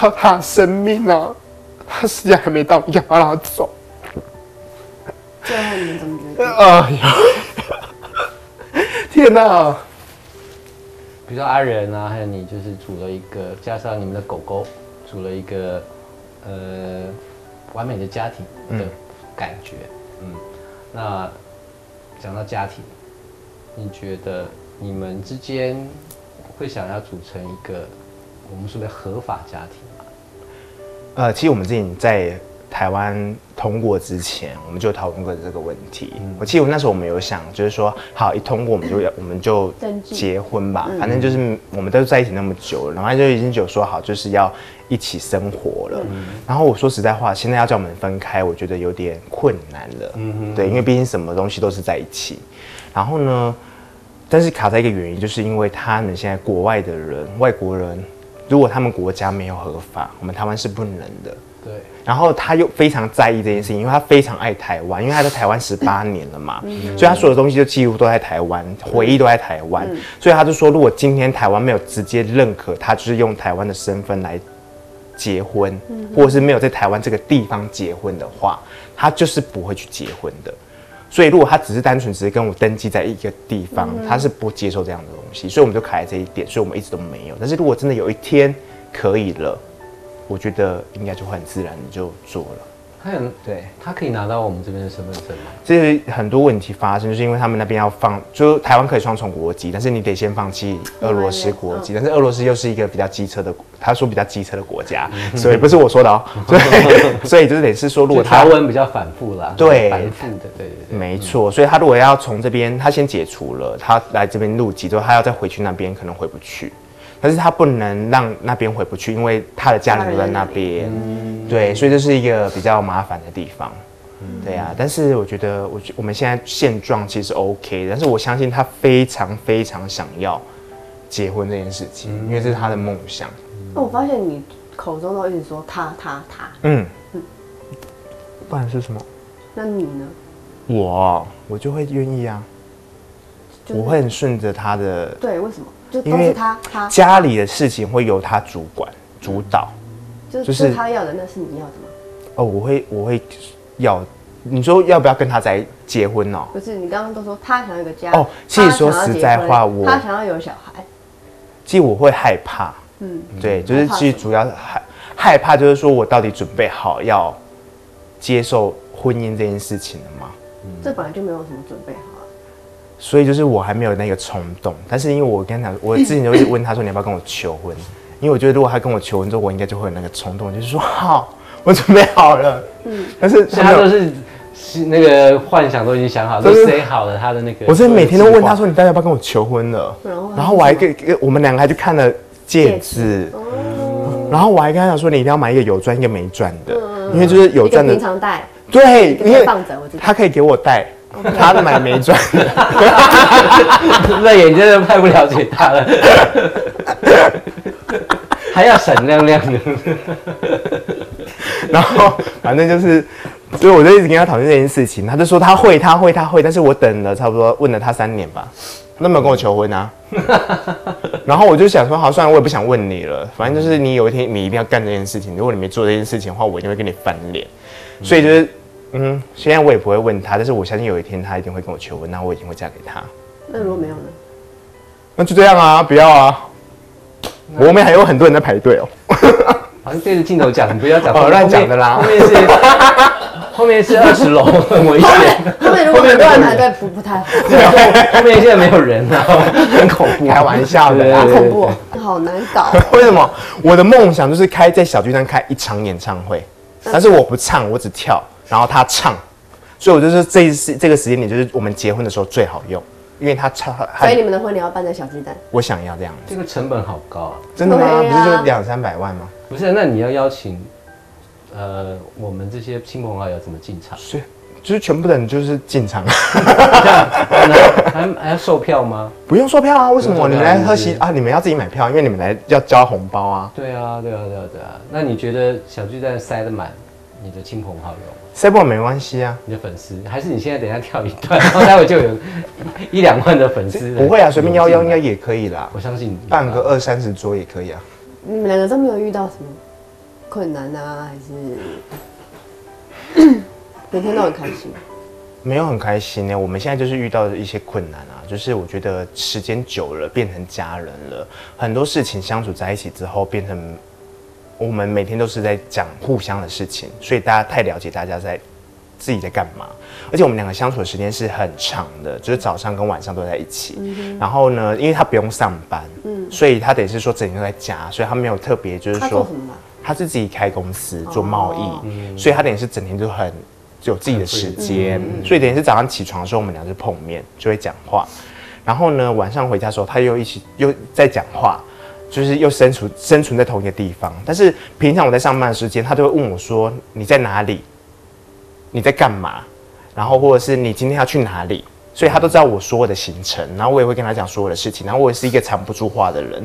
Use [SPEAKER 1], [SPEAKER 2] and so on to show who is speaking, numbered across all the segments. [SPEAKER 1] 到他的生命啊，他时间还没到，你干嘛让他走？
[SPEAKER 2] 最后你们怎么决定？
[SPEAKER 1] 哎呀， 天哪！
[SPEAKER 3] 比如说阿仁啊，还有你，就是组了一个，加上你们的狗狗，组了一个呃完美的家庭的感觉。嗯，那讲到家庭，你觉得你们之间会想要组成一个我们说的合法家庭吗？
[SPEAKER 4] 呃，其实我们之前在台湾通过之前，我们就讨论过这个问题。我记得我那时候我们有想，就是说，好，一通过我们就要我们就
[SPEAKER 2] 登记嗯
[SPEAKER 4] 结婚吧，反正就是我们都在一起那么久了，然后就已经有说好就是要一起生活了。
[SPEAKER 2] 嗯
[SPEAKER 4] 然后我说实在话，现在要叫我们分开，我觉得有点困难了。对，因为毕竟什么东西都是在一起。然后呢，但是卡在一个原因，就是因为他们现在国外的人，外国人，如果他们国家没有合法，我们台湾是不能的。
[SPEAKER 3] 对，
[SPEAKER 4] 然后他又非常在意这件事情，因为他非常爱台湾，因为他在台湾十八年了嘛，所以他所有东西就几乎都在台湾，回忆都在台湾，所以他就说，如果今天台湾没有直接认可他，就是用台湾的身份来结婚，或者是没有在台湾这个地方结婚的话，他就是不会去结婚的。所以，如果他只是单纯只是跟我登记在一个地方，他是不接受这样的东西，所以我们就卡在这一点，所以我们一直都没有。但是如果真的有一天可以了，我觉得应该就会很自然地就做了。
[SPEAKER 3] 他有
[SPEAKER 4] 对，
[SPEAKER 3] 他可以拿到我们这边的身份证吗？
[SPEAKER 4] 这是很多问题发生，就是因为他们那边要放，就是台湾可以双重国籍，但是你得先放弃俄罗斯国籍，但是俄罗斯又是一个比较机车的，他说比较机车的国 家，所以不是我说的哦，所以 所以就是得是说，如
[SPEAKER 3] 就
[SPEAKER 4] 果
[SPEAKER 3] 条
[SPEAKER 4] 他
[SPEAKER 3] 文比较反复啦，
[SPEAKER 4] 对
[SPEAKER 3] 反复的，对对对。
[SPEAKER 4] 没错，所以他如果要从这边，他先解除了，他来这边入籍之后，他要再回去那边，可能回不去。但是他不能让那边回不去，因为他的家人都在那边，对，所以这是一个比较麻烦的地方。对啊，但是我觉得，我觉我们现在现状其实 OK，但是我相信他非常非常想要结婚这件事情，因为这是他的梦想。
[SPEAKER 2] 那我发现你口中都一直说他他他，
[SPEAKER 4] 嗯，不然是什么？
[SPEAKER 2] 那你呢？
[SPEAKER 4] 我我就会愿意啊，
[SPEAKER 2] 就是
[SPEAKER 4] 我会很顺着他的
[SPEAKER 2] 对，为什么？就都
[SPEAKER 4] 因为
[SPEAKER 2] 是他他，
[SPEAKER 4] 家里的事情会由他主管主导。
[SPEAKER 2] 就是就
[SPEAKER 4] 就
[SPEAKER 2] 是是他要的，那是你要的吗？
[SPEAKER 4] 哦，我会我会要，你说要不要跟他在结婚哦？
[SPEAKER 2] 不是，你刚刚都说他想要一个家。
[SPEAKER 4] 哦其实说实在话
[SPEAKER 2] 他想要结婚
[SPEAKER 4] 我
[SPEAKER 2] 他想要有小孩，
[SPEAKER 4] 其实我会害怕，
[SPEAKER 2] 嗯，
[SPEAKER 4] 对，就是
[SPEAKER 2] 害怕
[SPEAKER 4] 其
[SPEAKER 2] 什么
[SPEAKER 4] 实主要害害怕就是说我到底准备好要接受婚姻这件事情了吗？
[SPEAKER 2] 这本来就没有什么准备好啊。
[SPEAKER 4] 所以就是我还没有那个冲动，但是因为我跟他，我之前就一直问他说你要不要跟我求 婚，因为我觉得如果他跟我求婚之后，我应该就会有那个冲动，就是说好，我准备好了，嗯，但是
[SPEAKER 3] 现在都是是那个幻想都已经想好，都
[SPEAKER 4] 都是
[SPEAKER 3] say 好了他的那个。
[SPEAKER 4] 我是每天都问他
[SPEAKER 3] 说。
[SPEAKER 4] 说：“你到底要不要跟我求婚了？”
[SPEAKER 2] 然后呢
[SPEAKER 4] 然后我还跟跟我们两个还去看了戒指，
[SPEAKER 2] 啊
[SPEAKER 4] 然后我还跟他讲说：“你一定要买一个有钻一个没钻的，因为就是有
[SPEAKER 2] 嗯一个
[SPEAKER 4] 钻的
[SPEAKER 2] 平，常戴，
[SPEAKER 4] 对，
[SPEAKER 2] 一
[SPEAKER 4] 因
[SPEAKER 2] 个
[SPEAKER 4] 为
[SPEAKER 2] 放着，哦我知道。
[SPEAKER 4] 他可以给我戴，他买没钻的，
[SPEAKER 3] 那眼真的太不了解他了， 还要闪亮亮的。
[SPEAKER 4] 然后反正就是。”所以我就一直跟他讨论这件事情，他就说他会，他会，他会，但是我等了差不多问了他三年吧，他都没有跟我求婚啊。然后我就想说，好，算了，我也不想问你了，反正就是你有一天你一定要干这件事情，如果你没做这件事情的话，我一定会跟你翻脸。所以就是，嗯，现在我也不会问他，但是我相信有一天他一定会跟我求婚，那我一定会嫁给他。
[SPEAKER 2] 那如果没有呢？
[SPEAKER 4] 那就这样啊，不要啊。我后面还有很多人在排队哦。
[SPEAKER 3] 好像对着镜头讲，你不要讲，
[SPEAKER 4] 哦乱讲的啦
[SPEAKER 3] 后面后面是， 后面是二十楼，很危 险。
[SPEAKER 2] 后面如果很多人排队，不不太好，
[SPEAKER 3] 后面现在没有人了，很恐怖。
[SPEAKER 4] 开玩笑的
[SPEAKER 2] 好
[SPEAKER 4] 啦
[SPEAKER 3] 对
[SPEAKER 2] 恐怖哦，好难搞哦。
[SPEAKER 4] 为什么？我的梦想就是开在小巨蛋开一场演唱会，
[SPEAKER 2] 嗯
[SPEAKER 4] 但是我不唱，我只跳，然后他唱，所以我就是这一次这个时间点就是我们结婚的时候最好用，因为他唱，
[SPEAKER 2] 所以你们的婚礼要办在小巨蛋，
[SPEAKER 4] 我想要这样。
[SPEAKER 3] 这个成本好高啊！
[SPEAKER 4] 真的吗？
[SPEAKER 2] 对啊
[SPEAKER 4] 不是就两三百万吗？
[SPEAKER 3] 不是，那你要邀请，呃，我们这些亲朋好友怎么进场？
[SPEAKER 4] 所以就是全部的人就是进场，
[SPEAKER 3] 还还要售票吗？
[SPEAKER 4] 不用售票啊？为什
[SPEAKER 3] 不用售
[SPEAKER 4] 么
[SPEAKER 3] 票
[SPEAKER 4] 你们来喝喜
[SPEAKER 3] 是
[SPEAKER 4] 啊？你们要自己买票，因为你们来要交红包啊。
[SPEAKER 3] 对啊，对啊，对啊，对啊。那你觉得小巨蛋塞得满你的亲朋好友吗？
[SPEAKER 4] 塞不完没关系啊，
[SPEAKER 3] 你的粉丝，还是你现在等一下跳一段， 然后待会就有一一两万的粉 丝？
[SPEAKER 4] 不会啊，随便邀邀应该，也可以啦
[SPEAKER 3] 我，相信你吧
[SPEAKER 4] 办个，二三十桌也可以啊。
[SPEAKER 2] 你们两个都没有遇到什么困难啊，还是 每天都很开心？
[SPEAKER 4] 没有很开心呢。我们现在就是遇到的一些困难啊，就是我觉得时间久了变成家人了，很多事情相处在一起之后变成。我们每天都是在讲互相的事情，所以大家太了解大家在自己在干嘛。而且我们两个相处的时间是很长的，就是早上跟晚上都在一起。
[SPEAKER 2] 嗯
[SPEAKER 4] 然后呢，因为他不用上班，所以他等于是说整天都在家，所以他没有特别就是
[SPEAKER 2] 他做
[SPEAKER 4] 说嗯
[SPEAKER 2] 什么啊？
[SPEAKER 4] 他是自己开公司做贸易，所以他等于是整天就很有自己的时间，所以等于是早上起床的时候我们俩就碰面，就会讲话。然后呢，晚上回家的时候他又一起又在讲话，就是又身处生存在同一个地方。但是平常我在上班的时间，他都会问我说你在哪里，你在干嘛，然后或者是你今天要去哪里。所以他都知道我所有的行程，然后我也会跟他讲所有的事情，然后我也是一个藏不住话的人，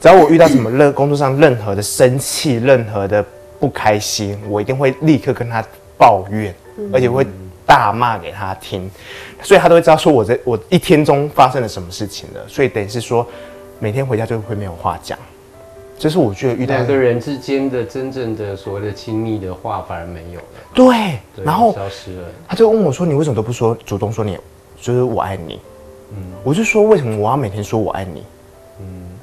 [SPEAKER 4] 只要我遇到什么任工作上任何的生气、任何的不开心，我一定会立刻跟他抱怨，而且会大骂给他听，所以他都会知道说我在我一天中发生了什么事情了。所以等于是说，每天回家就会没有话讲，这是我觉得遇到
[SPEAKER 3] 两个人之间的真正的所谓的亲密的话反而没有了，
[SPEAKER 4] 对，
[SPEAKER 3] 对
[SPEAKER 4] 然后
[SPEAKER 3] 消失了。
[SPEAKER 4] 他就问我说：“你为什么都不说主动说你，就是我爱你？”我就说：“为什么我要每天说我爱你？”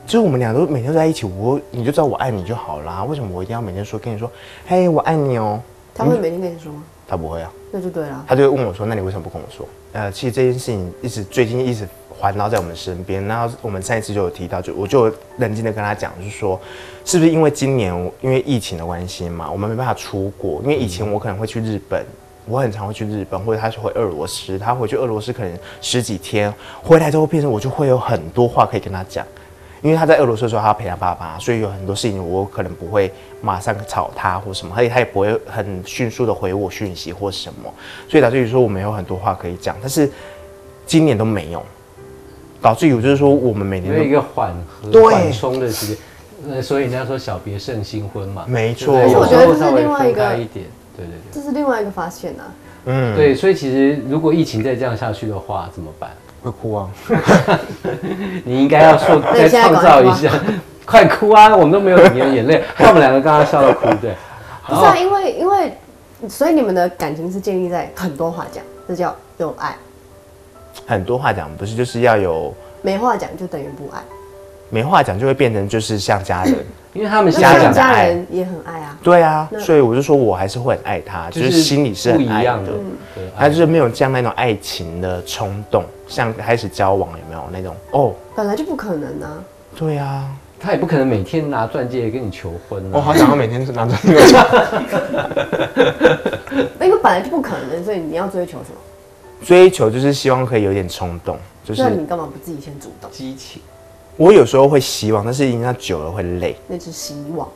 [SPEAKER 4] 就是我们俩都每天都在一起，我你就知道我爱你就好啦。为什么我一定要每天说跟你说，嘿，我爱你哦？
[SPEAKER 2] 他会每天跟你说吗？
[SPEAKER 4] 他不会啊，
[SPEAKER 2] 那就对了。
[SPEAKER 4] 他就会问我说：“那你为什么不跟我说？”呃，其实这件事情一直最近一直环绕在我们身边。然后我们上一次就有提到，就我就冷静的跟他讲，就是说，是不是因为今年因为疫情的关系嘛，我们没办法出国？因为以前我可能会去日本。我很常会去日本，或者他是回俄罗斯，他回去俄罗斯可能十几天，回来之后变成我就会有很多话可以跟他讲，因为他在俄罗斯的时候，他要陪他爸爸，所以有很多事情我可能不会马上吵他或什么，而且他也不会很迅速的回我讯息或什么，所以导致于说我们有很多话可以讲，但是今年都没有，导致于我就是说我们每年
[SPEAKER 3] 没有一个
[SPEAKER 4] 都
[SPEAKER 3] 缓和、
[SPEAKER 4] 对
[SPEAKER 3] 缓冲的时间。那所以人家说小别胜新婚嘛，
[SPEAKER 4] 没错
[SPEAKER 3] 对有
[SPEAKER 4] 我
[SPEAKER 3] 时
[SPEAKER 2] 觉得这
[SPEAKER 3] 候
[SPEAKER 2] 是
[SPEAKER 3] 稍微
[SPEAKER 2] 另外
[SPEAKER 3] 分
[SPEAKER 2] 一个
[SPEAKER 3] 开一点，对对
[SPEAKER 2] 这是另外一个发现啊，
[SPEAKER 4] 嗯
[SPEAKER 3] 对，对，所以其实如果疫情再这样下去的话，怎么办？
[SPEAKER 4] 会哭啊，
[SPEAKER 3] 你应该要 说
[SPEAKER 2] 那
[SPEAKER 3] 再
[SPEAKER 2] 你现在赶
[SPEAKER 3] 创
[SPEAKER 2] 快
[SPEAKER 3] 造一
[SPEAKER 2] 哭啊
[SPEAKER 3] 下， 快哭啊！我们都没有你的眼泪，但我们两个刚刚笑到哭，对，
[SPEAKER 2] 不是啊，因为因为所以你们的感情是建立在很多话讲，这叫有爱，
[SPEAKER 4] 很多话讲不是就是要有
[SPEAKER 2] 没话讲就等于不爱。
[SPEAKER 4] 没话讲就会变成就是像家人，
[SPEAKER 3] 因为他们
[SPEAKER 2] 那
[SPEAKER 4] 家
[SPEAKER 3] 家
[SPEAKER 4] 长
[SPEAKER 2] 像
[SPEAKER 3] 长
[SPEAKER 2] 家
[SPEAKER 4] 的爱
[SPEAKER 2] 人也很爱啊，
[SPEAKER 4] 对啊，
[SPEAKER 2] 那
[SPEAKER 4] 所以我就说我还是会很爱他，就是心里是
[SPEAKER 3] 不
[SPEAKER 4] 很
[SPEAKER 3] 一
[SPEAKER 4] 爱
[SPEAKER 3] 样
[SPEAKER 4] 的
[SPEAKER 3] 的，，对，
[SPEAKER 4] 他就是没有像那种爱情的冲动，像开始交往有没有那种哦？
[SPEAKER 2] 本来就不可能啊。
[SPEAKER 4] 对啊，
[SPEAKER 3] 他也不可能每天拿钻戒跟你求婚啊。
[SPEAKER 4] 我哦好想要每天拿着那个
[SPEAKER 2] 那个本来就不可能，所以你要追求什么？
[SPEAKER 4] 追求，就是希望可以有点冲动，就是
[SPEAKER 2] 那你干嘛不自己先主动？
[SPEAKER 3] 激情，
[SPEAKER 4] 我有时候会希望，但是人家久了会累，
[SPEAKER 2] 那是希望。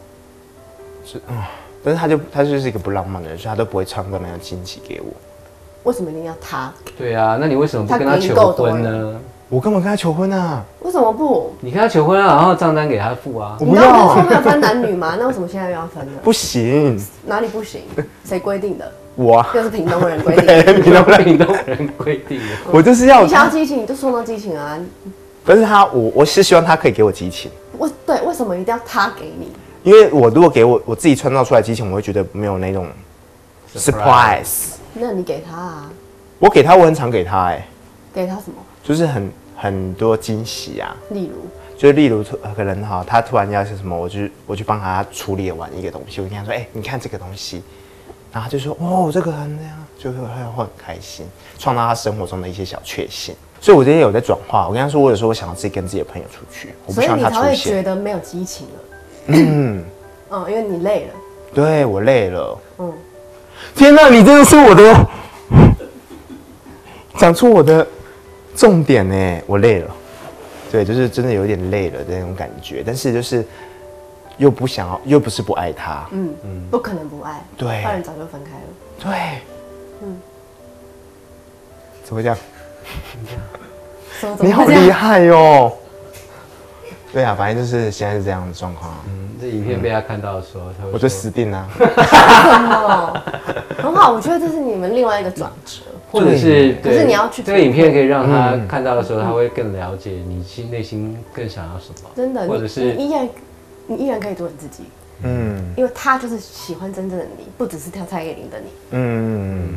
[SPEAKER 4] 但是他就他就是一个不浪漫的人，所以他都不会创造那种惊喜给我。
[SPEAKER 2] 为什么一定要他？
[SPEAKER 3] 对啊，那你为什么不跟他求婚呢？
[SPEAKER 4] 我干嘛跟他求婚啊？
[SPEAKER 2] 为什么不？
[SPEAKER 3] 你跟他求婚啊，然后账单给他付啊
[SPEAKER 4] 我。
[SPEAKER 2] 你
[SPEAKER 4] 不
[SPEAKER 2] 刚刚不是说
[SPEAKER 4] 要，
[SPEAKER 2] 没有分男女吗？ 那为什么现在又要分呢？
[SPEAKER 4] 不行，
[SPEAKER 2] 哪里不 行？谁规定的？
[SPEAKER 4] 我 啊
[SPEAKER 2] 又是屏东人规定的。
[SPEAKER 4] 对，你 能不能？
[SPEAKER 3] 屏东人规定的，
[SPEAKER 4] 我就是要
[SPEAKER 2] 你，想要激情，你就送到激情啊！
[SPEAKER 4] 但是他我我是希望他可以给我激情，
[SPEAKER 2] 为对，为什么一定要他给你？
[SPEAKER 4] 因为我如果给我我自己创造出来的激情，我会觉得没有那种
[SPEAKER 3] Surprise
[SPEAKER 4] surprise。
[SPEAKER 2] 那你给他啊，
[SPEAKER 4] 我给他，我很常给他、哎，
[SPEAKER 2] 给他什么？
[SPEAKER 4] 就是很很多惊喜啊。
[SPEAKER 2] 例如，
[SPEAKER 4] 就例如呃可能哈，他突然要些什么，我就我去帮他处理完一个东西，我跟他说，哎、你看这个东西，然后他就说，哦，这个很那样，就会会会很开心，创造他生活中的一些小确幸。所以我今天有在转化，我跟他说，我有时候我想要自己跟自己的朋友出去，我不
[SPEAKER 2] 所以
[SPEAKER 4] 希望
[SPEAKER 2] 你
[SPEAKER 4] 他
[SPEAKER 2] 才
[SPEAKER 4] 出
[SPEAKER 2] 会觉
[SPEAKER 4] 现。
[SPEAKER 2] 得没有激情了。 嗯，因为你累了。
[SPEAKER 4] 对我累了，
[SPEAKER 2] 嗯，
[SPEAKER 4] 天哪、你真的是我的，讲出我的重点呢、我累了，对，就是真的有点累了的那种感觉，但是就是又不想要，又不是不爱他，
[SPEAKER 2] 嗯不可能不爱，
[SPEAKER 4] 嗯对
[SPEAKER 2] 不然早就分开了。
[SPEAKER 4] 对，嗯，怎么讲？
[SPEAKER 2] 什么怎
[SPEAKER 4] 你
[SPEAKER 2] 么
[SPEAKER 4] 好
[SPEAKER 2] 会这样
[SPEAKER 4] 厉害哦！对啊，反正就是现在是这样的状况啊，
[SPEAKER 3] 嗯这影片被他看到的时候，他会
[SPEAKER 4] 我就
[SPEAKER 3] 说
[SPEAKER 4] 死定了。
[SPEAKER 2] 哦很好，我觉得这是你们另外一个转折。
[SPEAKER 3] 或者是
[SPEAKER 2] 可是
[SPEAKER 3] 对
[SPEAKER 2] 你要去
[SPEAKER 3] 这个影片可以让他
[SPEAKER 4] 嗯
[SPEAKER 3] 看到的时候，他会更了解你心内心更想要什么，
[SPEAKER 2] 真的，
[SPEAKER 3] 或者
[SPEAKER 2] 你
[SPEAKER 3] 是
[SPEAKER 2] 你依然，你依然可以做你自己。
[SPEAKER 4] 嗯
[SPEAKER 2] 因为他就是喜欢真正的你，不只是跳蔡依林的你。
[SPEAKER 4] 嗯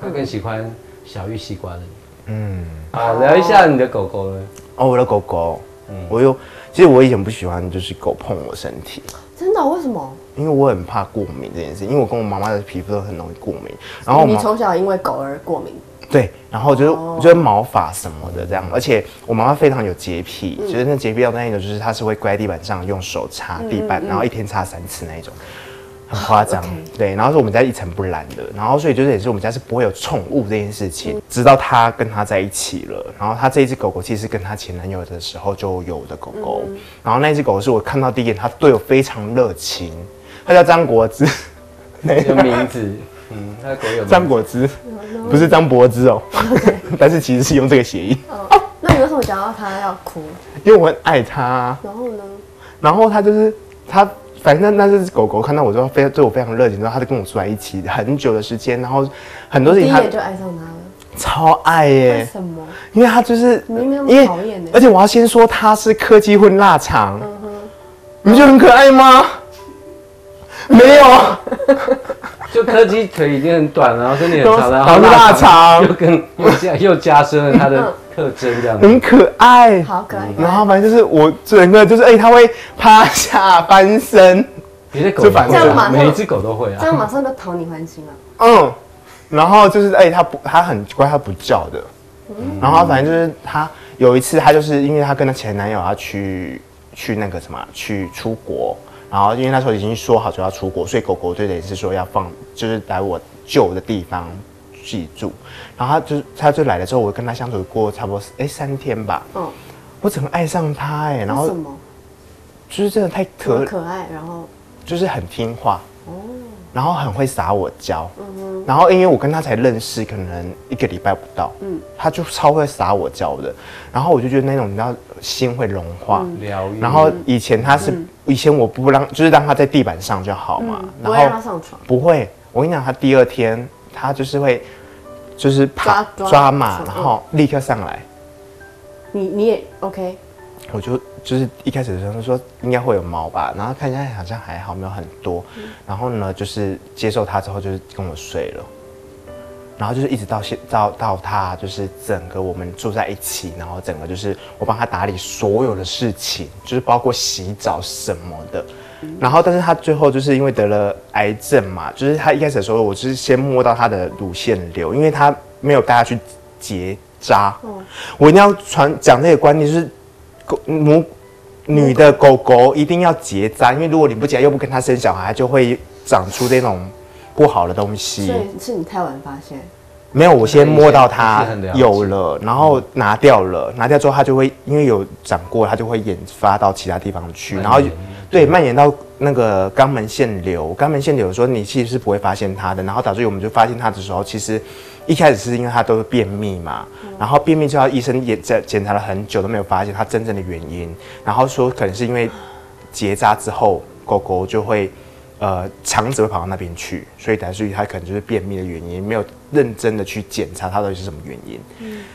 [SPEAKER 3] 会更喜欢小玉西瓜的你。
[SPEAKER 4] 嗯。
[SPEAKER 3] 好，聊一下你的狗狗呢？
[SPEAKER 4] 哦，我的狗狗，我又其实我以前不喜欢就是狗碰我身体，
[SPEAKER 2] 真的哦、为什么？
[SPEAKER 4] 因为我很怕过敏这件事，因为我跟我妈妈的皮肤都很容易过敏，然后我
[SPEAKER 2] 你
[SPEAKER 4] 妈
[SPEAKER 2] 从小因为狗而过敏，
[SPEAKER 4] 对，然后就是、就是毛发什么的这样，而且我妈妈非常有洁癖，就是那洁癖到那一种，就是她是会乖地板上用手擦地板，然后一天擦三次那一种。很夸张
[SPEAKER 2] OK
[SPEAKER 4] 对，然后是我们家一尘不染的，然后所以就是也是我们家是不会有宠物这件事情，直到她跟她在一起了，然后她这一只狗狗其实是跟她前男友的时候就有的狗狗，然后那只狗狗是我看到第一眼，它对我非常热情，它叫张国志，
[SPEAKER 3] 有名字，嗯，那狗有名字
[SPEAKER 4] 张果汁，
[SPEAKER 2] 嗯
[SPEAKER 4] 不是张柏芝哦， 但是其实是用这个谐音，
[SPEAKER 2] 那你为什么讲到他要哭？
[SPEAKER 4] 因为我很爱它。
[SPEAKER 2] 然后呢？
[SPEAKER 4] 然后它就是它，反正那只狗狗看到我之后非对我非常热情，之后它就跟我住在一起很久的时间，然后很多
[SPEAKER 2] 第
[SPEAKER 4] 事
[SPEAKER 2] 一
[SPEAKER 4] 情它
[SPEAKER 2] 眼就爱上他了？
[SPEAKER 4] 超爱
[SPEAKER 2] 为
[SPEAKER 4] 耶，
[SPEAKER 2] 什么？
[SPEAKER 4] 因为它就是
[SPEAKER 2] 明明那么
[SPEAKER 4] 因为
[SPEAKER 2] 讨厌耶嗯
[SPEAKER 4] 而且我要先说它是科技混腊肠，你们觉得很可爱吗？没有，
[SPEAKER 3] 就柯基腿已经很短了，然后身体很长了，
[SPEAKER 4] 然后
[SPEAKER 3] 腊
[SPEAKER 4] 肠
[SPEAKER 3] 又更又加又加深了它的特征，这样子。
[SPEAKER 4] 很可爱。
[SPEAKER 2] 好可爱。
[SPEAKER 4] 然后反正就是我整个就是，哎、它会趴下翻身，
[SPEAKER 3] 你的狗
[SPEAKER 4] 就反
[SPEAKER 2] 这样
[SPEAKER 3] 会
[SPEAKER 2] 嘛
[SPEAKER 3] 啊，每一只狗都会
[SPEAKER 2] 这样
[SPEAKER 3] 啊。
[SPEAKER 2] 马上就讨你欢心了。
[SPEAKER 4] 嗯，然后就是哎、他不，他很乖，他不叫的。然后反正就是他有一次，他就是因为他跟他前男友要去去那个什么，去出国。然后因为那时候已经说好就要出国，所以狗狗就等于是说要放，就是来我旧的地方寄住。然后他就他就来了之后，我跟他相处过差不多哎三天吧，
[SPEAKER 2] 嗯，
[SPEAKER 4] 我整个爱上他哎、然
[SPEAKER 2] 为
[SPEAKER 4] 后
[SPEAKER 2] 什么？
[SPEAKER 4] 就是真的太
[SPEAKER 2] 这么
[SPEAKER 4] 可
[SPEAKER 2] 可爱，然后
[SPEAKER 4] 就是很听话，
[SPEAKER 2] 哦
[SPEAKER 4] 然后很会撒我娇，
[SPEAKER 2] 嗯
[SPEAKER 4] 然后因为我跟他才认识，可能一个礼拜不到，
[SPEAKER 2] 嗯
[SPEAKER 4] 他就超会撒我娇的，然后我就觉得那种你知道心会融化，
[SPEAKER 2] 嗯
[SPEAKER 3] 疗愈。
[SPEAKER 4] 然后以前他是、以前我不让，就是让他在地板上就好嘛，
[SPEAKER 2] 不会让
[SPEAKER 4] 然
[SPEAKER 2] 他
[SPEAKER 4] 后
[SPEAKER 2] 上床。
[SPEAKER 4] 不会，我跟你讲，他第二天他就是会就是爬
[SPEAKER 2] 抓抓
[SPEAKER 4] 嘛，
[SPEAKER 2] 嗯
[SPEAKER 4] 然后立刻上来，
[SPEAKER 2] 你你也 OK，
[SPEAKER 4] 我就就是一开始的时候说应该会有毛吧，然后看起来好像还好，没有很多。然后呢，就是接受它之后，就是跟我睡了。然后就是一直到现到到他就是整个我们住在一起，然后整个就是我帮他打理所有的事情，就是包括洗澡什么的。然后，但是他最后就是因为得了癌症嘛，就是他一开始的时候，我就是先摸到他的乳腺瘤，因为他没有带他去结扎。我一定要传讲这个观念，就是狗母女的狗狗一定要结扎，因为如果你不结，又不跟它生小孩，它就会长出这种不好的东西。
[SPEAKER 2] 所以是你太晚发现，
[SPEAKER 4] 没有，我哎先摸到
[SPEAKER 3] 不
[SPEAKER 4] 它
[SPEAKER 3] 是很了解
[SPEAKER 4] 有了，然后拿掉了，拿掉之后它就会因为有长过，它就会引发到其他地方去，然后
[SPEAKER 3] 蔓延
[SPEAKER 4] 对蔓延到那个肛门腺瘤。肛门腺瘤的时候你其实是不会发现它的，然后导致于我们就发现它的时候，其实一开始是因为它都是便秘嘛，
[SPEAKER 3] 嗯
[SPEAKER 4] 然后便秘之后医生也在检查了很久都没有发现它真正的原因，然后说可能是因为结扎之后，狗狗就会呃肠子会跑到那边去，所以导致于它可能就是便秘的原因，没有认真的去检查它到底是什么原因。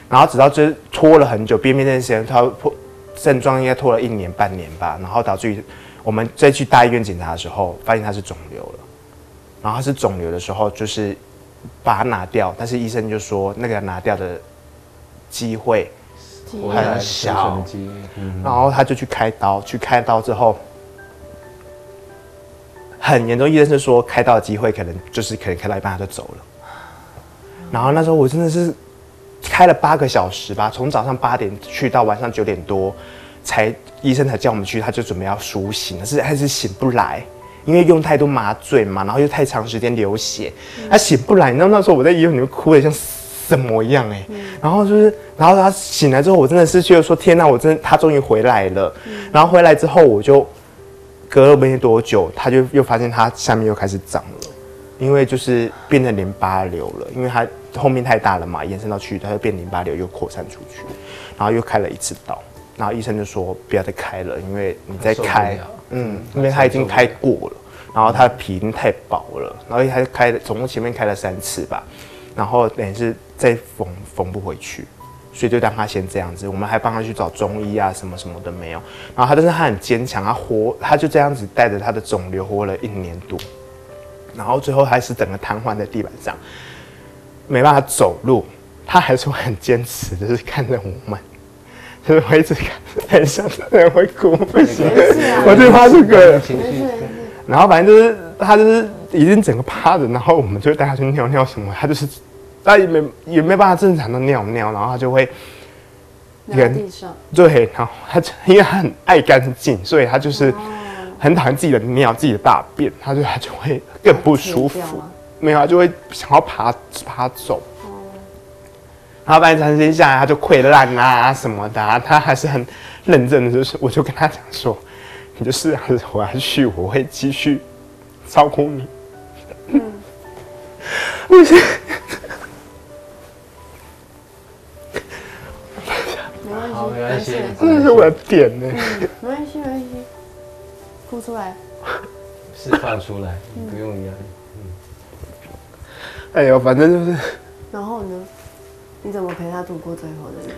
[SPEAKER 4] 然后直到就是拖了很久，便秘这件事情，它破症状应该拖了一年半年吧，然后导致于我们再去大医院检查的时候，发现它是肿瘤了。然后它是肿瘤的时候，就是把它拿掉，但是医生就说那个拿掉的机会
[SPEAKER 2] 记忆
[SPEAKER 3] 我
[SPEAKER 4] 很
[SPEAKER 3] 来
[SPEAKER 4] 小
[SPEAKER 3] 生存机嗯
[SPEAKER 4] 然后他就去开刀，去开刀之后很严重，医生是说开刀的机会可能就是可能开到一半他就走了。然后那时候我真的是开了八个小时吧，从早上八点去到晚上九点多，才医生才叫我们去，他就准备要苏醒，但是还是醒不来。因为用太多麻醉嘛，然后又太长时间流血，他醒不来。你知道那时候我在医院里面哭的像什么一样哎、然后就是，然后他醒来之后，我真的是觉得说天哪，我真的他终于回来了。然后回来之后，我就隔了没多久，他就又发现他下面又开始长了，因为就是变成淋巴瘤了，因为它后面太大了嘛，延伸到去，它就变淋巴瘤又扩散出去，然后又开了一次刀，然后医生就说不要再开了，因为你再
[SPEAKER 3] 受不
[SPEAKER 4] 开
[SPEAKER 3] 了，
[SPEAKER 4] 嗯，因为他已经开过了，然后他的皮已经太薄了，然后他开了总共前面开了三次吧，然后等于是再缝缝不回去，
[SPEAKER 1] 所以就让他先这样子。我们还帮他去找中医啊，什么什么的没有。然后他，但是他很坚强，他活，他就这样子带着他的肿瘤活了一年多，然后最后还是整个瘫痪在地板上，没办法走路。他还是会很坚持，就是看着我们，就是我一直看，很像人会哭，不行，
[SPEAKER 2] 啊
[SPEAKER 1] 我就怕这个。
[SPEAKER 3] 情绪
[SPEAKER 1] 然后反正就是他就是已经整个趴着，然后我们就会带他去尿尿什么，他就是哎他也没也没办法正常的尿尿，然后他就会
[SPEAKER 2] 然后地上，
[SPEAKER 1] 对，然后他就因为他很爱干净，所以他就是
[SPEAKER 2] 哦
[SPEAKER 1] 很讨厌自己的尿、自己的大便，他就他就会更不舒服
[SPEAKER 2] 把它解掉吗，哦
[SPEAKER 1] 没有，他就会想要爬爬走。然后反正长时间下来，他就溃烂啊什么的、啊，他还是很认真的，就是我就跟他讲说，你就是这样子活下去，我会继续照顾你。
[SPEAKER 2] 没关系，
[SPEAKER 3] 好没关系
[SPEAKER 2] 没事
[SPEAKER 1] 这是我的点呢、
[SPEAKER 2] 没关系，没关系，哭出来。
[SPEAKER 3] 释放出来，
[SPEAKER 2] 嗯
[SPEAKER 3] 不用压力。
[SPEAKER 1] 哎呦，反正就是。
[SPEAKER 2] 然后呢？你怎么陪他度过最后的日子？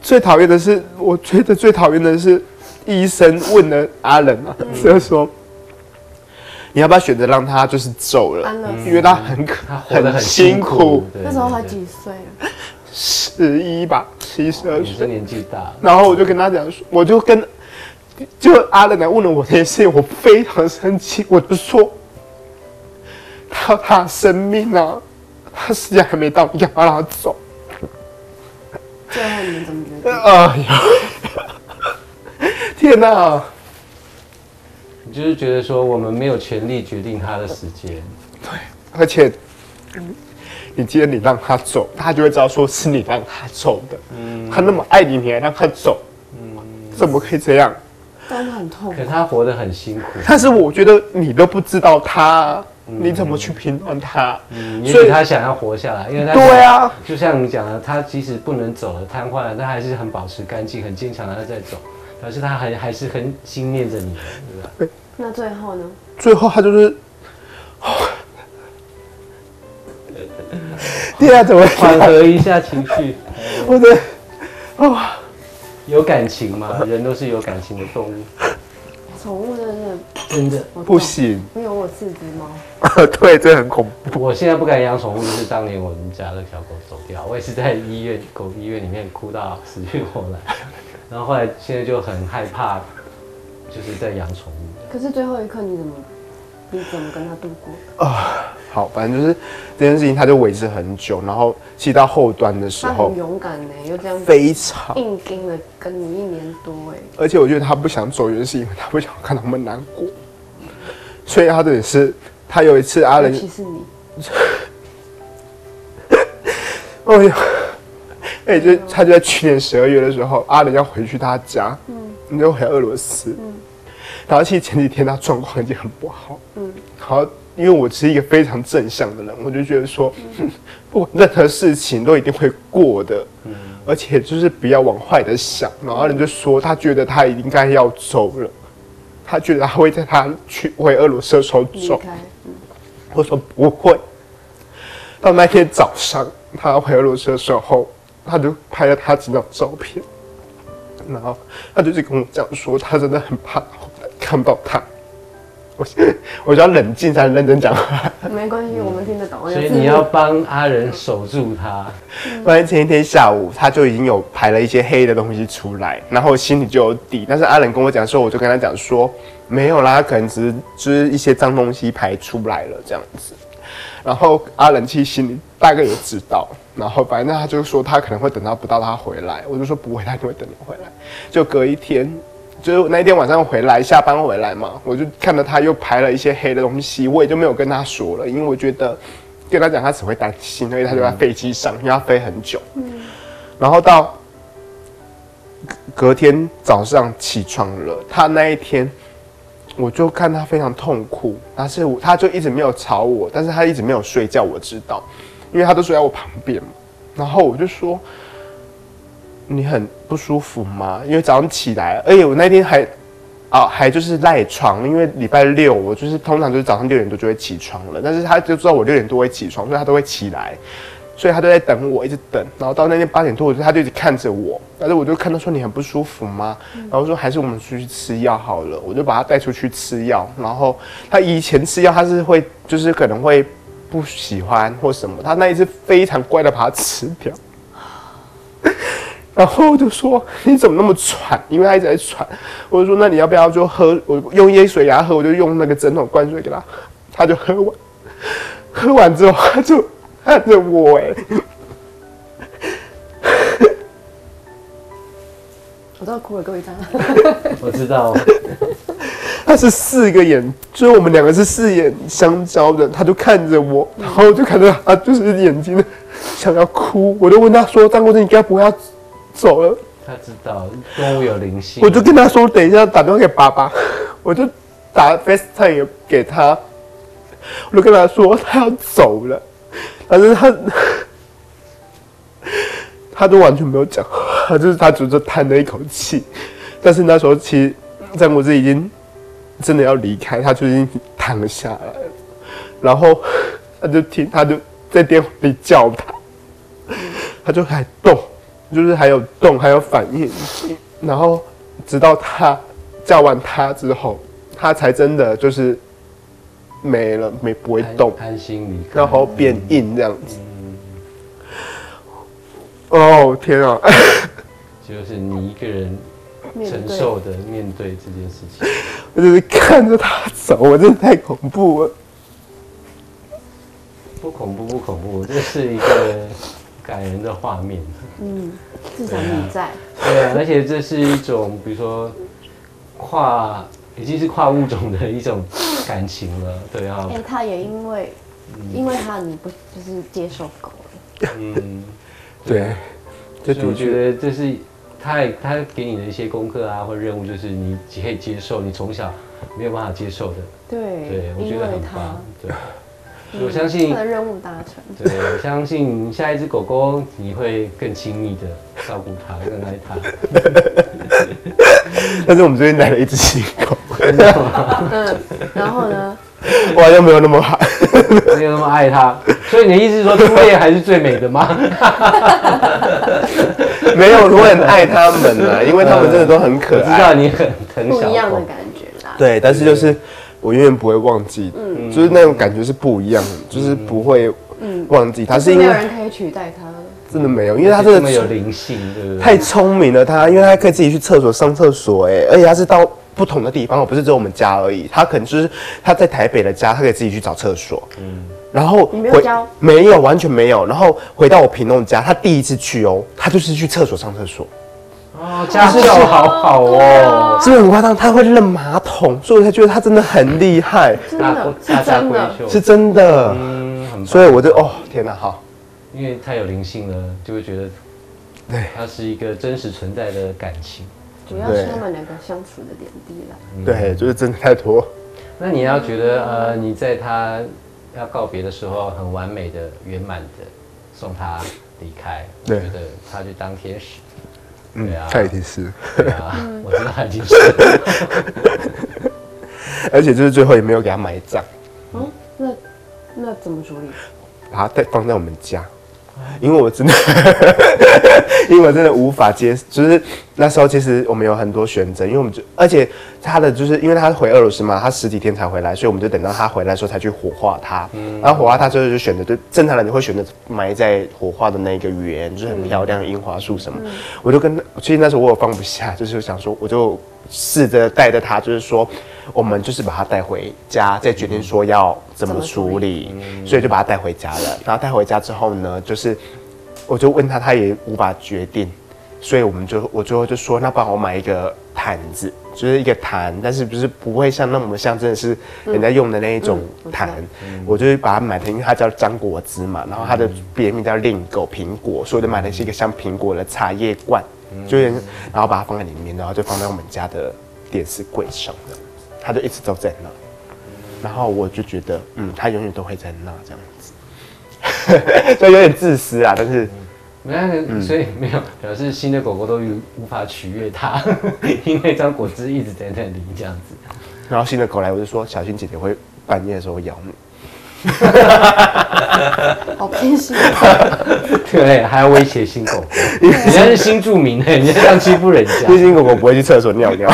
[SPEAKER 1] 最讨厌的是，我觉得最讨厌的是，医生问了阿仁啊，
[SPEAKER 4] 嗯
[SPEAKER 1] 就是说，你要不要选择让他就是走了
[SPEAKER 2] 安乐死，
[SPEAKER 1] 因为他很
[SPEAKER 4] 嗯
[SPEAKER 1] 可
[SPEAKER 3] 他活得很辛
[SPEAKER 1] 辛
[SPEAKER 3] 苦，对
[SPEAKER 2] 那时候
[SPEAKER 3] 对
[SPEAKER 2] 他
[SPEAKER 3] 对
[SPEAKER 2] 几岁了？
[SPEAKER 1] 十一吧，七十二
[SPEAKER 3] 女生
[SPEAKER 1] 岁。
[SPEAKER 3] 年纪大了，
[SPEAKER 1] 然后我就跟他讲说，我就跟，就阿仁来问了我这件事情，我非常生气，我就说，他有他的生命啊，他时间还没到，你干嘛让他走？
[SPEAKER 2] 最后你们怎么决定？
[SPEAKER 1] 哎呀，天哪、
[SPEAKER 3] 你就是觉得说我们没有权利决定他的时间，
[SPEAKER 1] 而且，嗯你今天你让他走，他就会知道说是你让他走的。他那么爱你，你还让他走，嗯怎么可以这样？
[SPEAKER 2] 但是很痛
[SPEAKER 3] 可，他活得很辛苦，
[SPEAKER 1] 但是我觉得你都不知道他，你怎么去评断他？
[SPEAKER 3] 也许他想要活下来，因为他
[SPEAKER 1] 对啊，
[SPEAKER 3] 就像你讲的，他即使不能走了、瘫痪了，他还是很保持干净、很坚强的在走，表示他还还是很心念着你的，对吧？
[SPEAKER 2] 那最后呢？
[SPEAKER 1] 最后他就是，哦对啊，怎么
[SPEAKER 3] 缓和一下情绪，
[SPEAKER 1] 我的？
[SPEAKER 3] 有感情嘛，人都是有感情的动物，
[SPEAKER 2] 宠物真的是
[SPEAKER 3] 真的。
[SPEAKER 2] 我
[SPEAKER 1] 不行，
[SPEAKER 2] 懂，因为我有四只 猫，
[SPEAKER 1] 对，这很恐怖。
[SPEAKER 3] 我现在不敢养宠物，就是当年我们家的小狗走掉，我也是在医院狗医院里面哭到死去活 来，然后后来现在就很害怕，就是在养宠物。
[SPEAKER 2] 可是最后一刻你怎么，你怎么跟他度过？
[SPEAKER 1] 好，反正就是这件事情，他就维持很久，然后其实到后端的时
[SPEAKER 2] 他
[SPEAKER 1] 候
[SPEAKER 2] 很，勇敢呢，又这样
[SPEAKER 1] 非常
[SPEAKER 2] 硬盯了跟你一年多哎，
[SPEAKER 1] 而且我觉得他不想走，原因是因为他不想看他们难过。所以他这也是，他有一次阿
[SPEAKER 2] 尤
[SPEAKER 1] 仁，
[SPEAKER 2] 其是你，
[SPEAKER 1] 哎呦，哎，就他就在去年十二月的时候，阿仁要回去他家，嗯，就回俄罗斯，嗯，然后其实前几天他状况已经很不好，嗯，然后因为我是一个非常正向的人，我就觉得说，不管任何事情都一定会过的，嗯，而且就是不要往坏的想。然后阿仁就说，他觉得他应该要走了。他觉得他会在他去回俄罗斯的时候
[SPEAKER 2] 离
[SPEAKER 1] 走，
[SPEAKER 2] 开，
[SPEAKER 1] 我说不会。到那天早上，他回俄罗斯的时候，他就拍了他几张照片，然后他就是跟我讲说，他真的很怕看不到他。我我就要冷静才能认真讲话。
[SPEAKER 2] 没关系，我们听得懂。
[SPEAKER 3] 所以你要帮阿仁守住他，
[SPEAKER 1] 反正前一天下午，他就已经有排了一些黑的东西出来，然后我心里就有底。但是阿冷跟我讲的时候，我就跟他讲说，没有啦，他可能只是就是一些脏东西排出来了这样子。然后阿冷其实心里大概也知道，然后反正他就说他可能会等到不到他回来，我就说不会，他一定会等你回来。就隔一天，就是那一天晚上回来，下班回来嘛，我就看到他又排了一些黑的东西，我也就没有跟他说了，因为我觉得跟他讲他只会担心，因为他就在飞机上，因为他飞很久。然后到隔天早上起床了，他那一天我就看他非常痛苦，但是我他就一直没有吵我，但是他一直没有睡觉，我知道，因为他都睡在我旁边嘛。然后我就说你很不舒服吗？因为早上起来，而且我那天还。啊，还就是赖床，因为礼拜六我就是通常就是早上六点多就会起床了，但是他就知道我六点多会起床，所以他都会起来，所以他都在等我，一直等。然后到那天八点多，我就他就一直看着我，但是我就看到说你很不舒服吗？然后说还是我们出去吃药好了，我就把他带出去吃药。然后他以前吃药他是会就是可能会不喜欢或什么，他那一次非常乖的把它吃掉。然后我就说你怎么那么喘？因为他一直在喘。我就说那你要不要就喝？我用椰水给他喝，我就用那个整桶灌水给他，他就喝完。喝完之后他就看着我哎、
[SPEAKER 5] 我都要哭了，各位大家。
[SPEAKER 3] 我知道，
[SPEAKER 1] 他是四个眼，就是我们两个是四眼相交的，他就看着我，然后我就看着他就是眼睛想要哭，我就问他说：“张国志，你该不会要走了
[SPEAKER 3] 他知道动物有灵？”性，啊
[SPEAKER 1] 我就跟他说：“等一下打电话给爸 爸。”我就打 FaceTime 给他，我就跟他说他要走了，但是他 他都完全没有讲话，就是他只是叹了一口气，但是那时候其实张国志已经真的要离开，他就已经躺了下来了，然后 他就听，他就在电话里叫他，他就还动，就是还有动，还有反应，然后直到他叫完他之后，他才真的就是没了，没不会
[SPEAKER 3] 安
[SPEAKER 1] 动，
[SPEAKER 3] 安心离开，
[SPEAKER 1] 然后变硬这样子。哦天啊！
[SPEAKER 3] 就是你一个人
[SPEAKER 5] 面
[SPEAKER 3] 承
[SPEAKER 5] 对
[SPEAKER 3] 受的面对这件事情。
[SPEAKER 1] 我就是看着他走，我真的太恐怖了。
[SPEAKER 3] 不恐怖，不恐怖，这是一个感人的画面。
[SPEAKER 5] 至少你在，
[SPEAKER 3] 对啊，而且这是一种，比如说跨，已经是跨物种的一种感情了。对啊
[SPEAKER 5] 哎、，他也因为，因为他你不就是接受狗了，
[SPEAKER 3] 嗯，
[SPEAKER 1] 对，这
[SPEAKER 3] 所以我
[SPEAKER 1] 的
[SPEAKER 3] 觉
[SPEAKER 1] 确，
[SPEAKER 3] 得这是他也他给你的一些功课啊，或任务，就是你可以接受，你从小没有办法接受的。
[SPEAKER 5] 对
[SPEAKER 3] 对，我觉
[SPEAKER 5] 因为
[SPEAKER 3] 得很
[SPEAKER 5] 他嗯
[SPEAKER 3] 棒。对，所以我相信
[SPEAKER 5] 他的任务达成，
[SPEAKER 3] 对，我相信下一只狗狗你会更亲密的照顾它，更爱它。
[SPEAKER 1] 但是我们最近来了一只新狗，
[SPEAKER 5] 然后呢，
[SPEAKER 1] 我好像没有那么好。
[SPEAKER 3] 没有那么爱它，所以你的意思是说初恋还是最美的吗？
[SPEAKER 1] 没有，我很爱他们 啊，因为他们真的都很
[SPEAKER 3] 我
[SPEAKER 1] 可
[SPEAKER 5] 嗯
[SPEAKER 3] 知道
[SPEAKER 1] 爱。
[SPEAKER 3] 你很疼
[SPEAKER 5] 不
[SPEAKER 3] 小
[SPEAKER 5] 一样的
[SPEAKER 3] 狗，
[SPEAKER 5] 感觉 啦。
[SPEAKER 1] 对，但是就是我永远不会忘记，
[SPEAKER 5] 嗯
[SPEAKER 1] 就是那种感觉是不一样的，就是不会忘记。他是因
[SPEAKER 5] 没有
[SPEAKER 1] 为
[SPEAKER 5] 人可以取代他了。
[SPEAKER 1] 真的没有，因为他
[SPEAKER 3] 这
[SPEAKER 1] 真
[SPEAKER 3] 么
[SPEAKER 1] 的
[SPEAKER 3] 有灵性，对不对？
[SPEAKER 1] 太聪明了他，因为他可以自己去厕所上厕所，哎，而且他是到不同的地方，不是只有我们家而已。他可能就是他在台北的家，他可以自己去找厕所。嗯，然后
[SPEAKER 5] 你没有
[SPEAKER 1] 回
[SPEAKER 5] 教
[SPEAKER 1] 没有，完全没有。然后回到我平东家，他第一次去哦，他就是去厕所上厕所，
[SPEAKER 3] 哦，家教好好哦，
[SPEAKER 1] 是不是很夸张？他会认马桶，所以我才觉得他真的很厉害，
[SPEAKER 5] 啊真
[SPEAKER 3] 大
[SPEAKER 5] 的
[SPEAKER 3] 大
[SPEAKER 5] 是
[SPEAKER 3] 家
[SPEAKER 5] 真
[SPEAKER 3] 闺
[SPEAKER 5] 的，
[SPEAKER 3] 秀，
[SPEAKER 1] 是真的。
[SPEAKER 3] 嗯，很棒，
[SPEAKER 1] 所以我就哦，天哪，好，
[SPEAKER 3] 因为太有灵性了，就会觉得，
[SPEAKER 1] 对，
[SPEAKER 3] 它是一个真实存在的感情。
[SPEAKER 5] 主要是他们两个相处的点滴啦。
[SPEAKER 1] 对，就是真的太多。
[SPEAKER 3] 那你要觉得呃，你在它要告别的时候，很完美的、圆满的送它离开，我
[SPEAKER 1] 对
[SPEAKER 3] 觉得它就当天使，
[SPEAKER 1] 嗯
[SPEAKER 3] 对啊，
[SPEAKER 1] 他已经是，
[SPEAKER 3] 对啊，我知道它已经是
[SPEAKER 1] 而且就是最后也没有给他埋葬。
[SPEAKER 5] 嗯，那那怎么处理？
[SPEAKER 1] 把它带放在我们家，因为我真的， 因为我真的无法接，就是那时候其实我们有很多选择，因为我们就而且他的就是因为他回俄罗斯嘛，他十几天才回来，所以我们就等到他回来的时候才去火化他，然后火化他之后就选择就正常人会选择埋在火化的那个园，就是很漂亮的樱花树什么，我就跟其实那时候我有放不下，就是想说我就试着带着他，就是说我们就是把他带回家，再决定说要怎么处理，所以就把他带回家了。然后带回家之后呢，就是我就问他，他也无法决定，所以我们就我最后就说，那帮我买一个毯子，就是一个毯，但是不是不会像那么像真的是人家用的那一种毯，我就是把它买成，因为它叫张果汁嘛，然后它的别名叫令狗苹果，所以我就买的是一个像苹果的茶叶罐，就是然后把它放在里面，然后就放在我们家的电视柜上的，它就一直都在那，然后我就觉得，嗯，它永远都会在那这样子， 所以有点自私啊，但是。
[SPEAKER 3] 没
[SPEAKER 4] 嗯
[SPEAKER 3] 有，所以没有表示新的狗狗都无无法取悦它， 因为张果汁一直在那里这样子。
[SPEAKER 1] 然后新的狗来，我就说小心姐姐会半夜的时候咬你。
[SPEAKER 5] 哦
[SPEAKER 6] 好偏心。
[SPEAKER 5] 啊
[SPEAKER 3] 对，还要威胁新狗 狗，人家是新住民哎，你这样欺负人
[SPEAKER 4] 毕
[SPEAKER 3] 家，
[SPEAKER 4] 竟狗狗不会去厕所尿尿。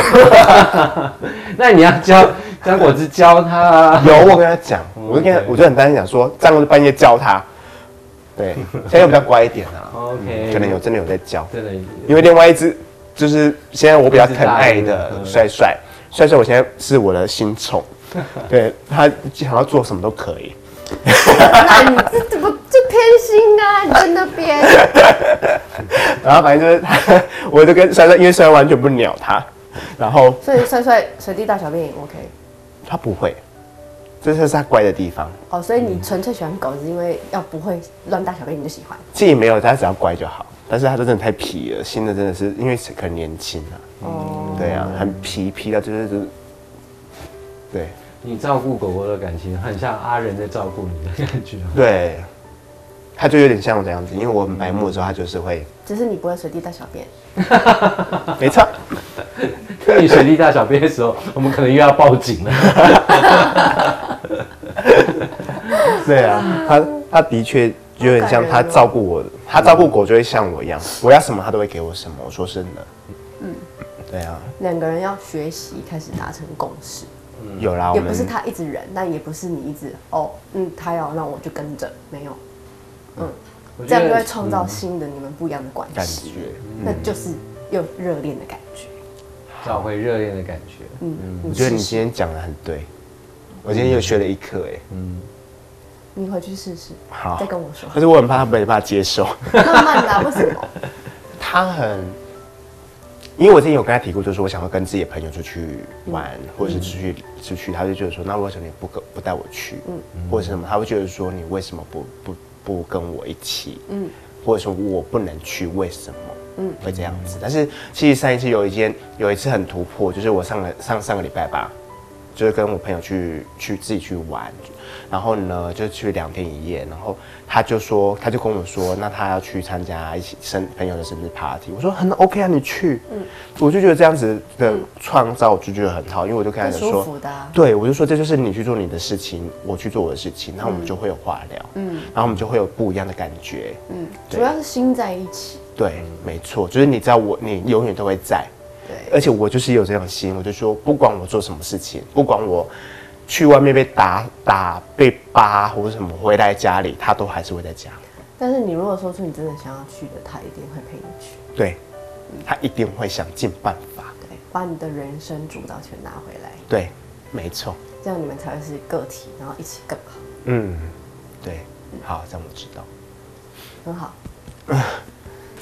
[SPEAKER 3] 那你要教 张果子教他啊，
[SPEAKER 4] 有，我跟他讲，我就跟他，
[SPEAKER 3] 对
[SPEAKER 4] 我就很担心讲说，这样我就半夜教他。对，现在又比较乖一点啊，
[SPEAKER 3] OK，
[SPEAKER 4] 可能有真的有在教。
[SPEAKER 3] 真的
[SPEAKER 4] 因为另外一只就是现在我比较疼爱
[SPEAKER 3] 一只大
[SPEAKER 4] 的
[SPEAKER 3] 的
[SPEAKER 4] 帅帅，帅帅我现在是我的新宠，对他想要做什么都可以。
[SPEAKER 2] 那你这这不这偏心啊！你在那 边，
[SPEAKER 4] 然后反正就是他，我就跟帅帅，因为帅帅完全不鸟他，然后
[SPEAKER 2] 所以帅帅随地大小便也 OK。
[SPEAKER 4] 他不会，这就是他乖的地方。
[SPEAKER 2] 哦，所以你纯粹喜欢狗，是因为要不会乱大小便你就喜欢。
[SPEAKER 4] 其实也没有，他只要乖就好。但是他真的太皮了，新的真的是因为可能年轻啊，
[SPEAKER 2] 哦，
[SPEAKER 4] 对啊，很皮皮到就是就是，对
[SPEAKER 3] 你照顾狗狗的感情，很像阿仁在照顾你的感觉。
[SPEAKER 4] 对，他就有点像我这样子，因为我很白目的时候，他就是会，
[SPEAKER 2] 只是你不会随地大小便。
[SPEAKER 4] 没错。
[SPEAKER 3] 那你随地大小便的时候，我们可能又要报警了。
[SPEAKER 4] 对啊，他他的确有点像
[SPEAKER 2] 好感人哦
[SPEAKER 4] 他照顾我，他照顾狗就会像我一样，我要什么他都会给我什么。我说真的，嗯，对啊，
[SPEAKER 2] 两个人要学习开始达成共识，
[SPEAKER 4] 有啦，我
[SPEAKER 2] 也不
[SPEAKER 4] 们
[SPEAKER 2] 是他一直忍，但也不是你一直哦，嗯，他要让我就跟着，没有，
[SPEAKER 3] 我
[SPEAKER 2] 这
[SPEAKER 3] 觉
[SPEAKER 2] 样就
[SPEAKER 3] 得嗯
[SPEAKER 2] 会创造新的你们不一样的关
[SPEAKER 4] 感
[SPEAKER 2] 系，
[SPEAKER 4] 觉，
[SPEAKER 2] 那就是有热恋的感觉。
[SPEAKER 3] 找回热恋的感觉。
[SPEAKER 2] 嗯，
[SPEAKER 4] 我觉得你
[SPEAKER 2] 试试
[SPEAKER 4] 今天讲的很对，我今天又学了一课哎，
[SPEAKER 2] 你回去试试，
[SPEAKER 4] 好
[SPEAKER 2] 再跟我说
[SPEAKER 4] 可，是我很怕他没办法接受，
[SPEAKER 2] 慢慢的啊、为什 么？
[SPEAKER 4] 他很。因为我之前有跟他提过，就是我想要跟自己的朋友出去玩，或者是出去出去，他就觉得说，那为什么你不跟不带我去，或者是什么，他会觉得说你为什么不不不跟我一起，嗯，或者说我不能去，为什么？嗯，会这样子。但是其实上一次有一件有一次很突破，就是我上个上上个礼拜吧，就是跟我朋友去去自己去玩，然后呢就去两天一夜，然后他就说他就跟我说，那他要去参加一起生朋友的生日 party，我说很 OK 啊，你去，我就觉得这样子的创造，我就觉得很好，因为我就跟
[SPEAKER 2] 嗯
[SPEAKER 4] 他
[SPEAKER 2] 很
[SPEAKER 4] 讲
[SPEAKER 2] 舒
[SPEAKER 4] 说，
[SPEAKER 2] 服的、啊，
[SPEAKER 4] 对，我就说这就是你去做你的事情，我去做我的事情，然后我们就会有话聊，嗯，然后我们就会有不一样的感觉，
[SPEAKER 2] 嗯，
[SPEAKER 4] 对
[SPEAKER 2] 主要是心在一起，
[SPEAKER 4] 对，没错，就是你知道我，你永远都会在，
[SPEAKER 2] 对，
[SPEAKER 4] 而且我就是有这种心，我就说不管我做什么事情，不管我去外面被打打被扒或者什么，回来家里他都还是会在家，
[SPEAKER 2] 但是你如果说出你真的想要去的，他一定会陪你去，
[SPEAKER 4] 对，他一定会想尽办法，
[SPEAKER 2] 对，把你的人生主导权拿回来，
[SPEAKER 4] 对，没错，
[SPEAKER 2] 这样你们才会是个体，然后一起更好，
[SPEAKER 4] 嗯，对，好，这样我知道，
[SPEAKER 2] 很好。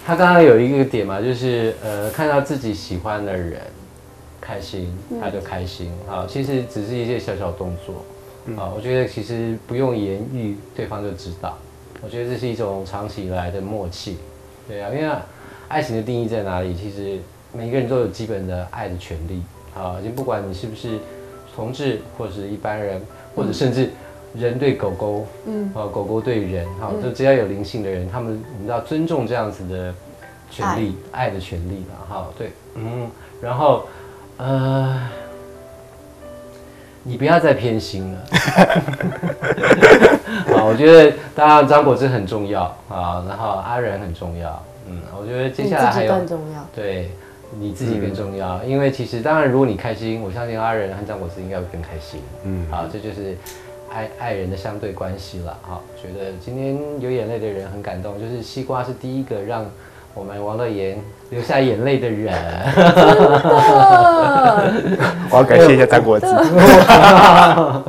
[SPEAKER 3] 他刚刚有一个点嘛，就是呃，看到自己喜欢的人开心，他就开心啊。其实只是一些小小动作啊，我觉得其实不用言语，对方就知道。我觉得这是一种长期以来的默契，对啊，因为爱情的定义在哪里？其实每个人都有基本的爱的权利啊，就不管你是不是同志，或者是一般人，或者甚至人对狗狗，嗯，啊，狗狗对人，哈、就只要有灵性的人，他们我们都要尊重这样子的权利，爱的权利嘛，哈，对，嗯，然后，呃。你不要再偏心了， 啊，我觉得当然张果真很重要啊，然后阿仁很重要，嗯，我觉得接
[SPEAKER 2] 你
[SPEAKER 3] 下来
[SPEAKER 2] 自
[SPEAKER 3] 还
[SPEAKER 2] 己
[SPEAKER 3] 有
[SPEAKER 2] 更嗯重要。
[SPEAKER 3] 对你自己更重要，因为其实当然，如果你开心，我相信阿仁和张果子应该会更开心。嗯，好，这就是爱爱人的相对关系了。好，觉得今天有眼泪的人很感动，就是西瓜是第一个让我们王乐妍流下眼泪的人。
[SPEAKER 4] 我要感谢一下张国志。
[SPEAKER 6] 好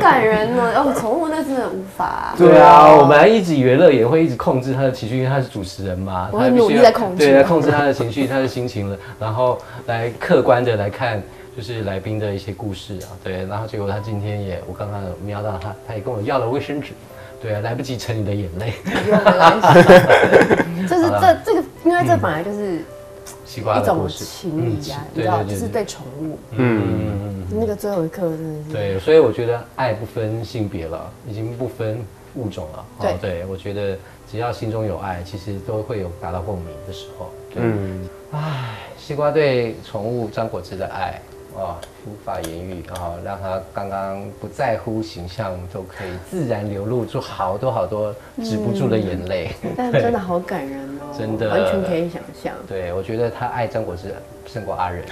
[SPEAKER 6] 感人哦！哦，宠物那真的无法。
[SPEAKER 3] 对啊，我本来一直以为乐也会一直控制他的情绪，因为他是主持人嘛，
[SPEAKER 2] 我
[SPEAKER 3] 他
[SPEAKER 2] 很
[SPEAKER 3] 必须
[SPEAKER 2] 努力
[SPEAKER 3] 要
[SPEAKER 2] 在控制
[SPEAKER 3] 对，来控制他的情绪、他的心情了，然后来客观的来看，就是来宾的一些故事啊，对，然后结果他今天也，我刚刚有瞄到他，他也跟我要了卫生纸，对啊，来不及盛你的眼泪，
[SPEAKER 2] 没关系，就是这这个，因为
[SPEAKER 3] 嗯
[SPEAKER 2] 这本来就是
[SPEAKER 3] 西瓜
[SPEAKER 2] 一
[SPEAKER 3] 的
[SPEAKER 2] 种
[SPEAKER 3] 故事，
[SPEAKER 2] 情谊啊，你
[SPEAKER 3] 对
[SPEAKER 2] 知道，
[SPEAKER 3] 对对
[SPEAKER 2] 就是对宠物，
[SPEAKER 3] 嗯，
[SPEAKER 2] 那个最后一刻真的是
[SPEAKER 3] 对，所以我觉得爱不分性别了，已经不分物种了，
[SPEAKER 2] 对
[SPEAKER 3] 哦对，我觉得只要心中有爱，其实都会有达到共鸣的时候，对。
[SPEAKER 4] 嗯，
[SPEAKER 3] 西瓜对宠物张果子的爱，啊，无法言喻啊，让他刚刚不在乎形象，都可以自然流露出好多好多止不住的眼泪。
[SPEAKER 2] 但真的好感人哦，
[SPEAKER 3] 真的
[SPEAKER 2] 完全可以想象。
[SPEAKER 3] 对，我觉得他爱张国志胜过阿仁，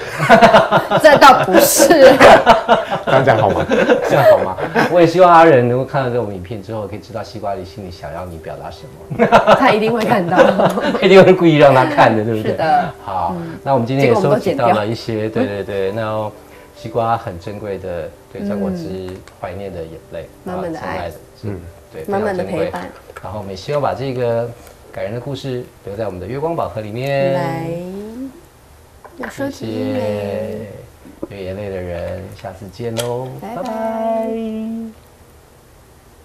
[SPEAKER 2] 这倒不是，
[SPEAKER 4] 这样讲好吗？
[SPEAKER 3] 这样好吗？ 我也希望阿仁能够看到这种影片之后，可以知道西瓜里心里想要你表达什么，
[SPEAKER 2] 他一定会看 到。
[SPEAKER 3] 一定会故意让他看的，对不对？
[SPEAKER 2] 是的。嗯
[SPEAKER 3] 好，那我们今天也
[SPEAKER 2] 结果我
[SPEAKER 3] 收
[SPEAKER 2] 们都
[SPEAKER 3] 集
[SPEAKER 2] 剪
[SPEAKER 3] 到
[SPEAKER 2] 掉
[SPEAKER 3] 了一些，对对对，那西瓜很珍贵的对张国志怀念的眼泪，
[SPEAKER 2] 满满的
[SPEAKER 3] 啊
[SPEAKER 2] 爱
[SPEAKER 3] 亲的，嗯，对，
[SPEAKER 2] 满满的
[SPEAKER 3] 非常珍贵
[SPEAKER 2] 陪伴。
[SPEAKER 3] 然后我们也希望把这个感人的故事留在我们的月光宝盒里面。
[SPEAKER 2] 来，要收
[SPEAKER 3] 谢
[SPEAKER 2] 集一枚
[SPEAKER 3] 谢有眼泪的人，下次见喽，
[SPEAKER 2] 拜
[SPEAKER 3] 拜
[SPEAKER 2] 拜
[SPEAKER 3] 拜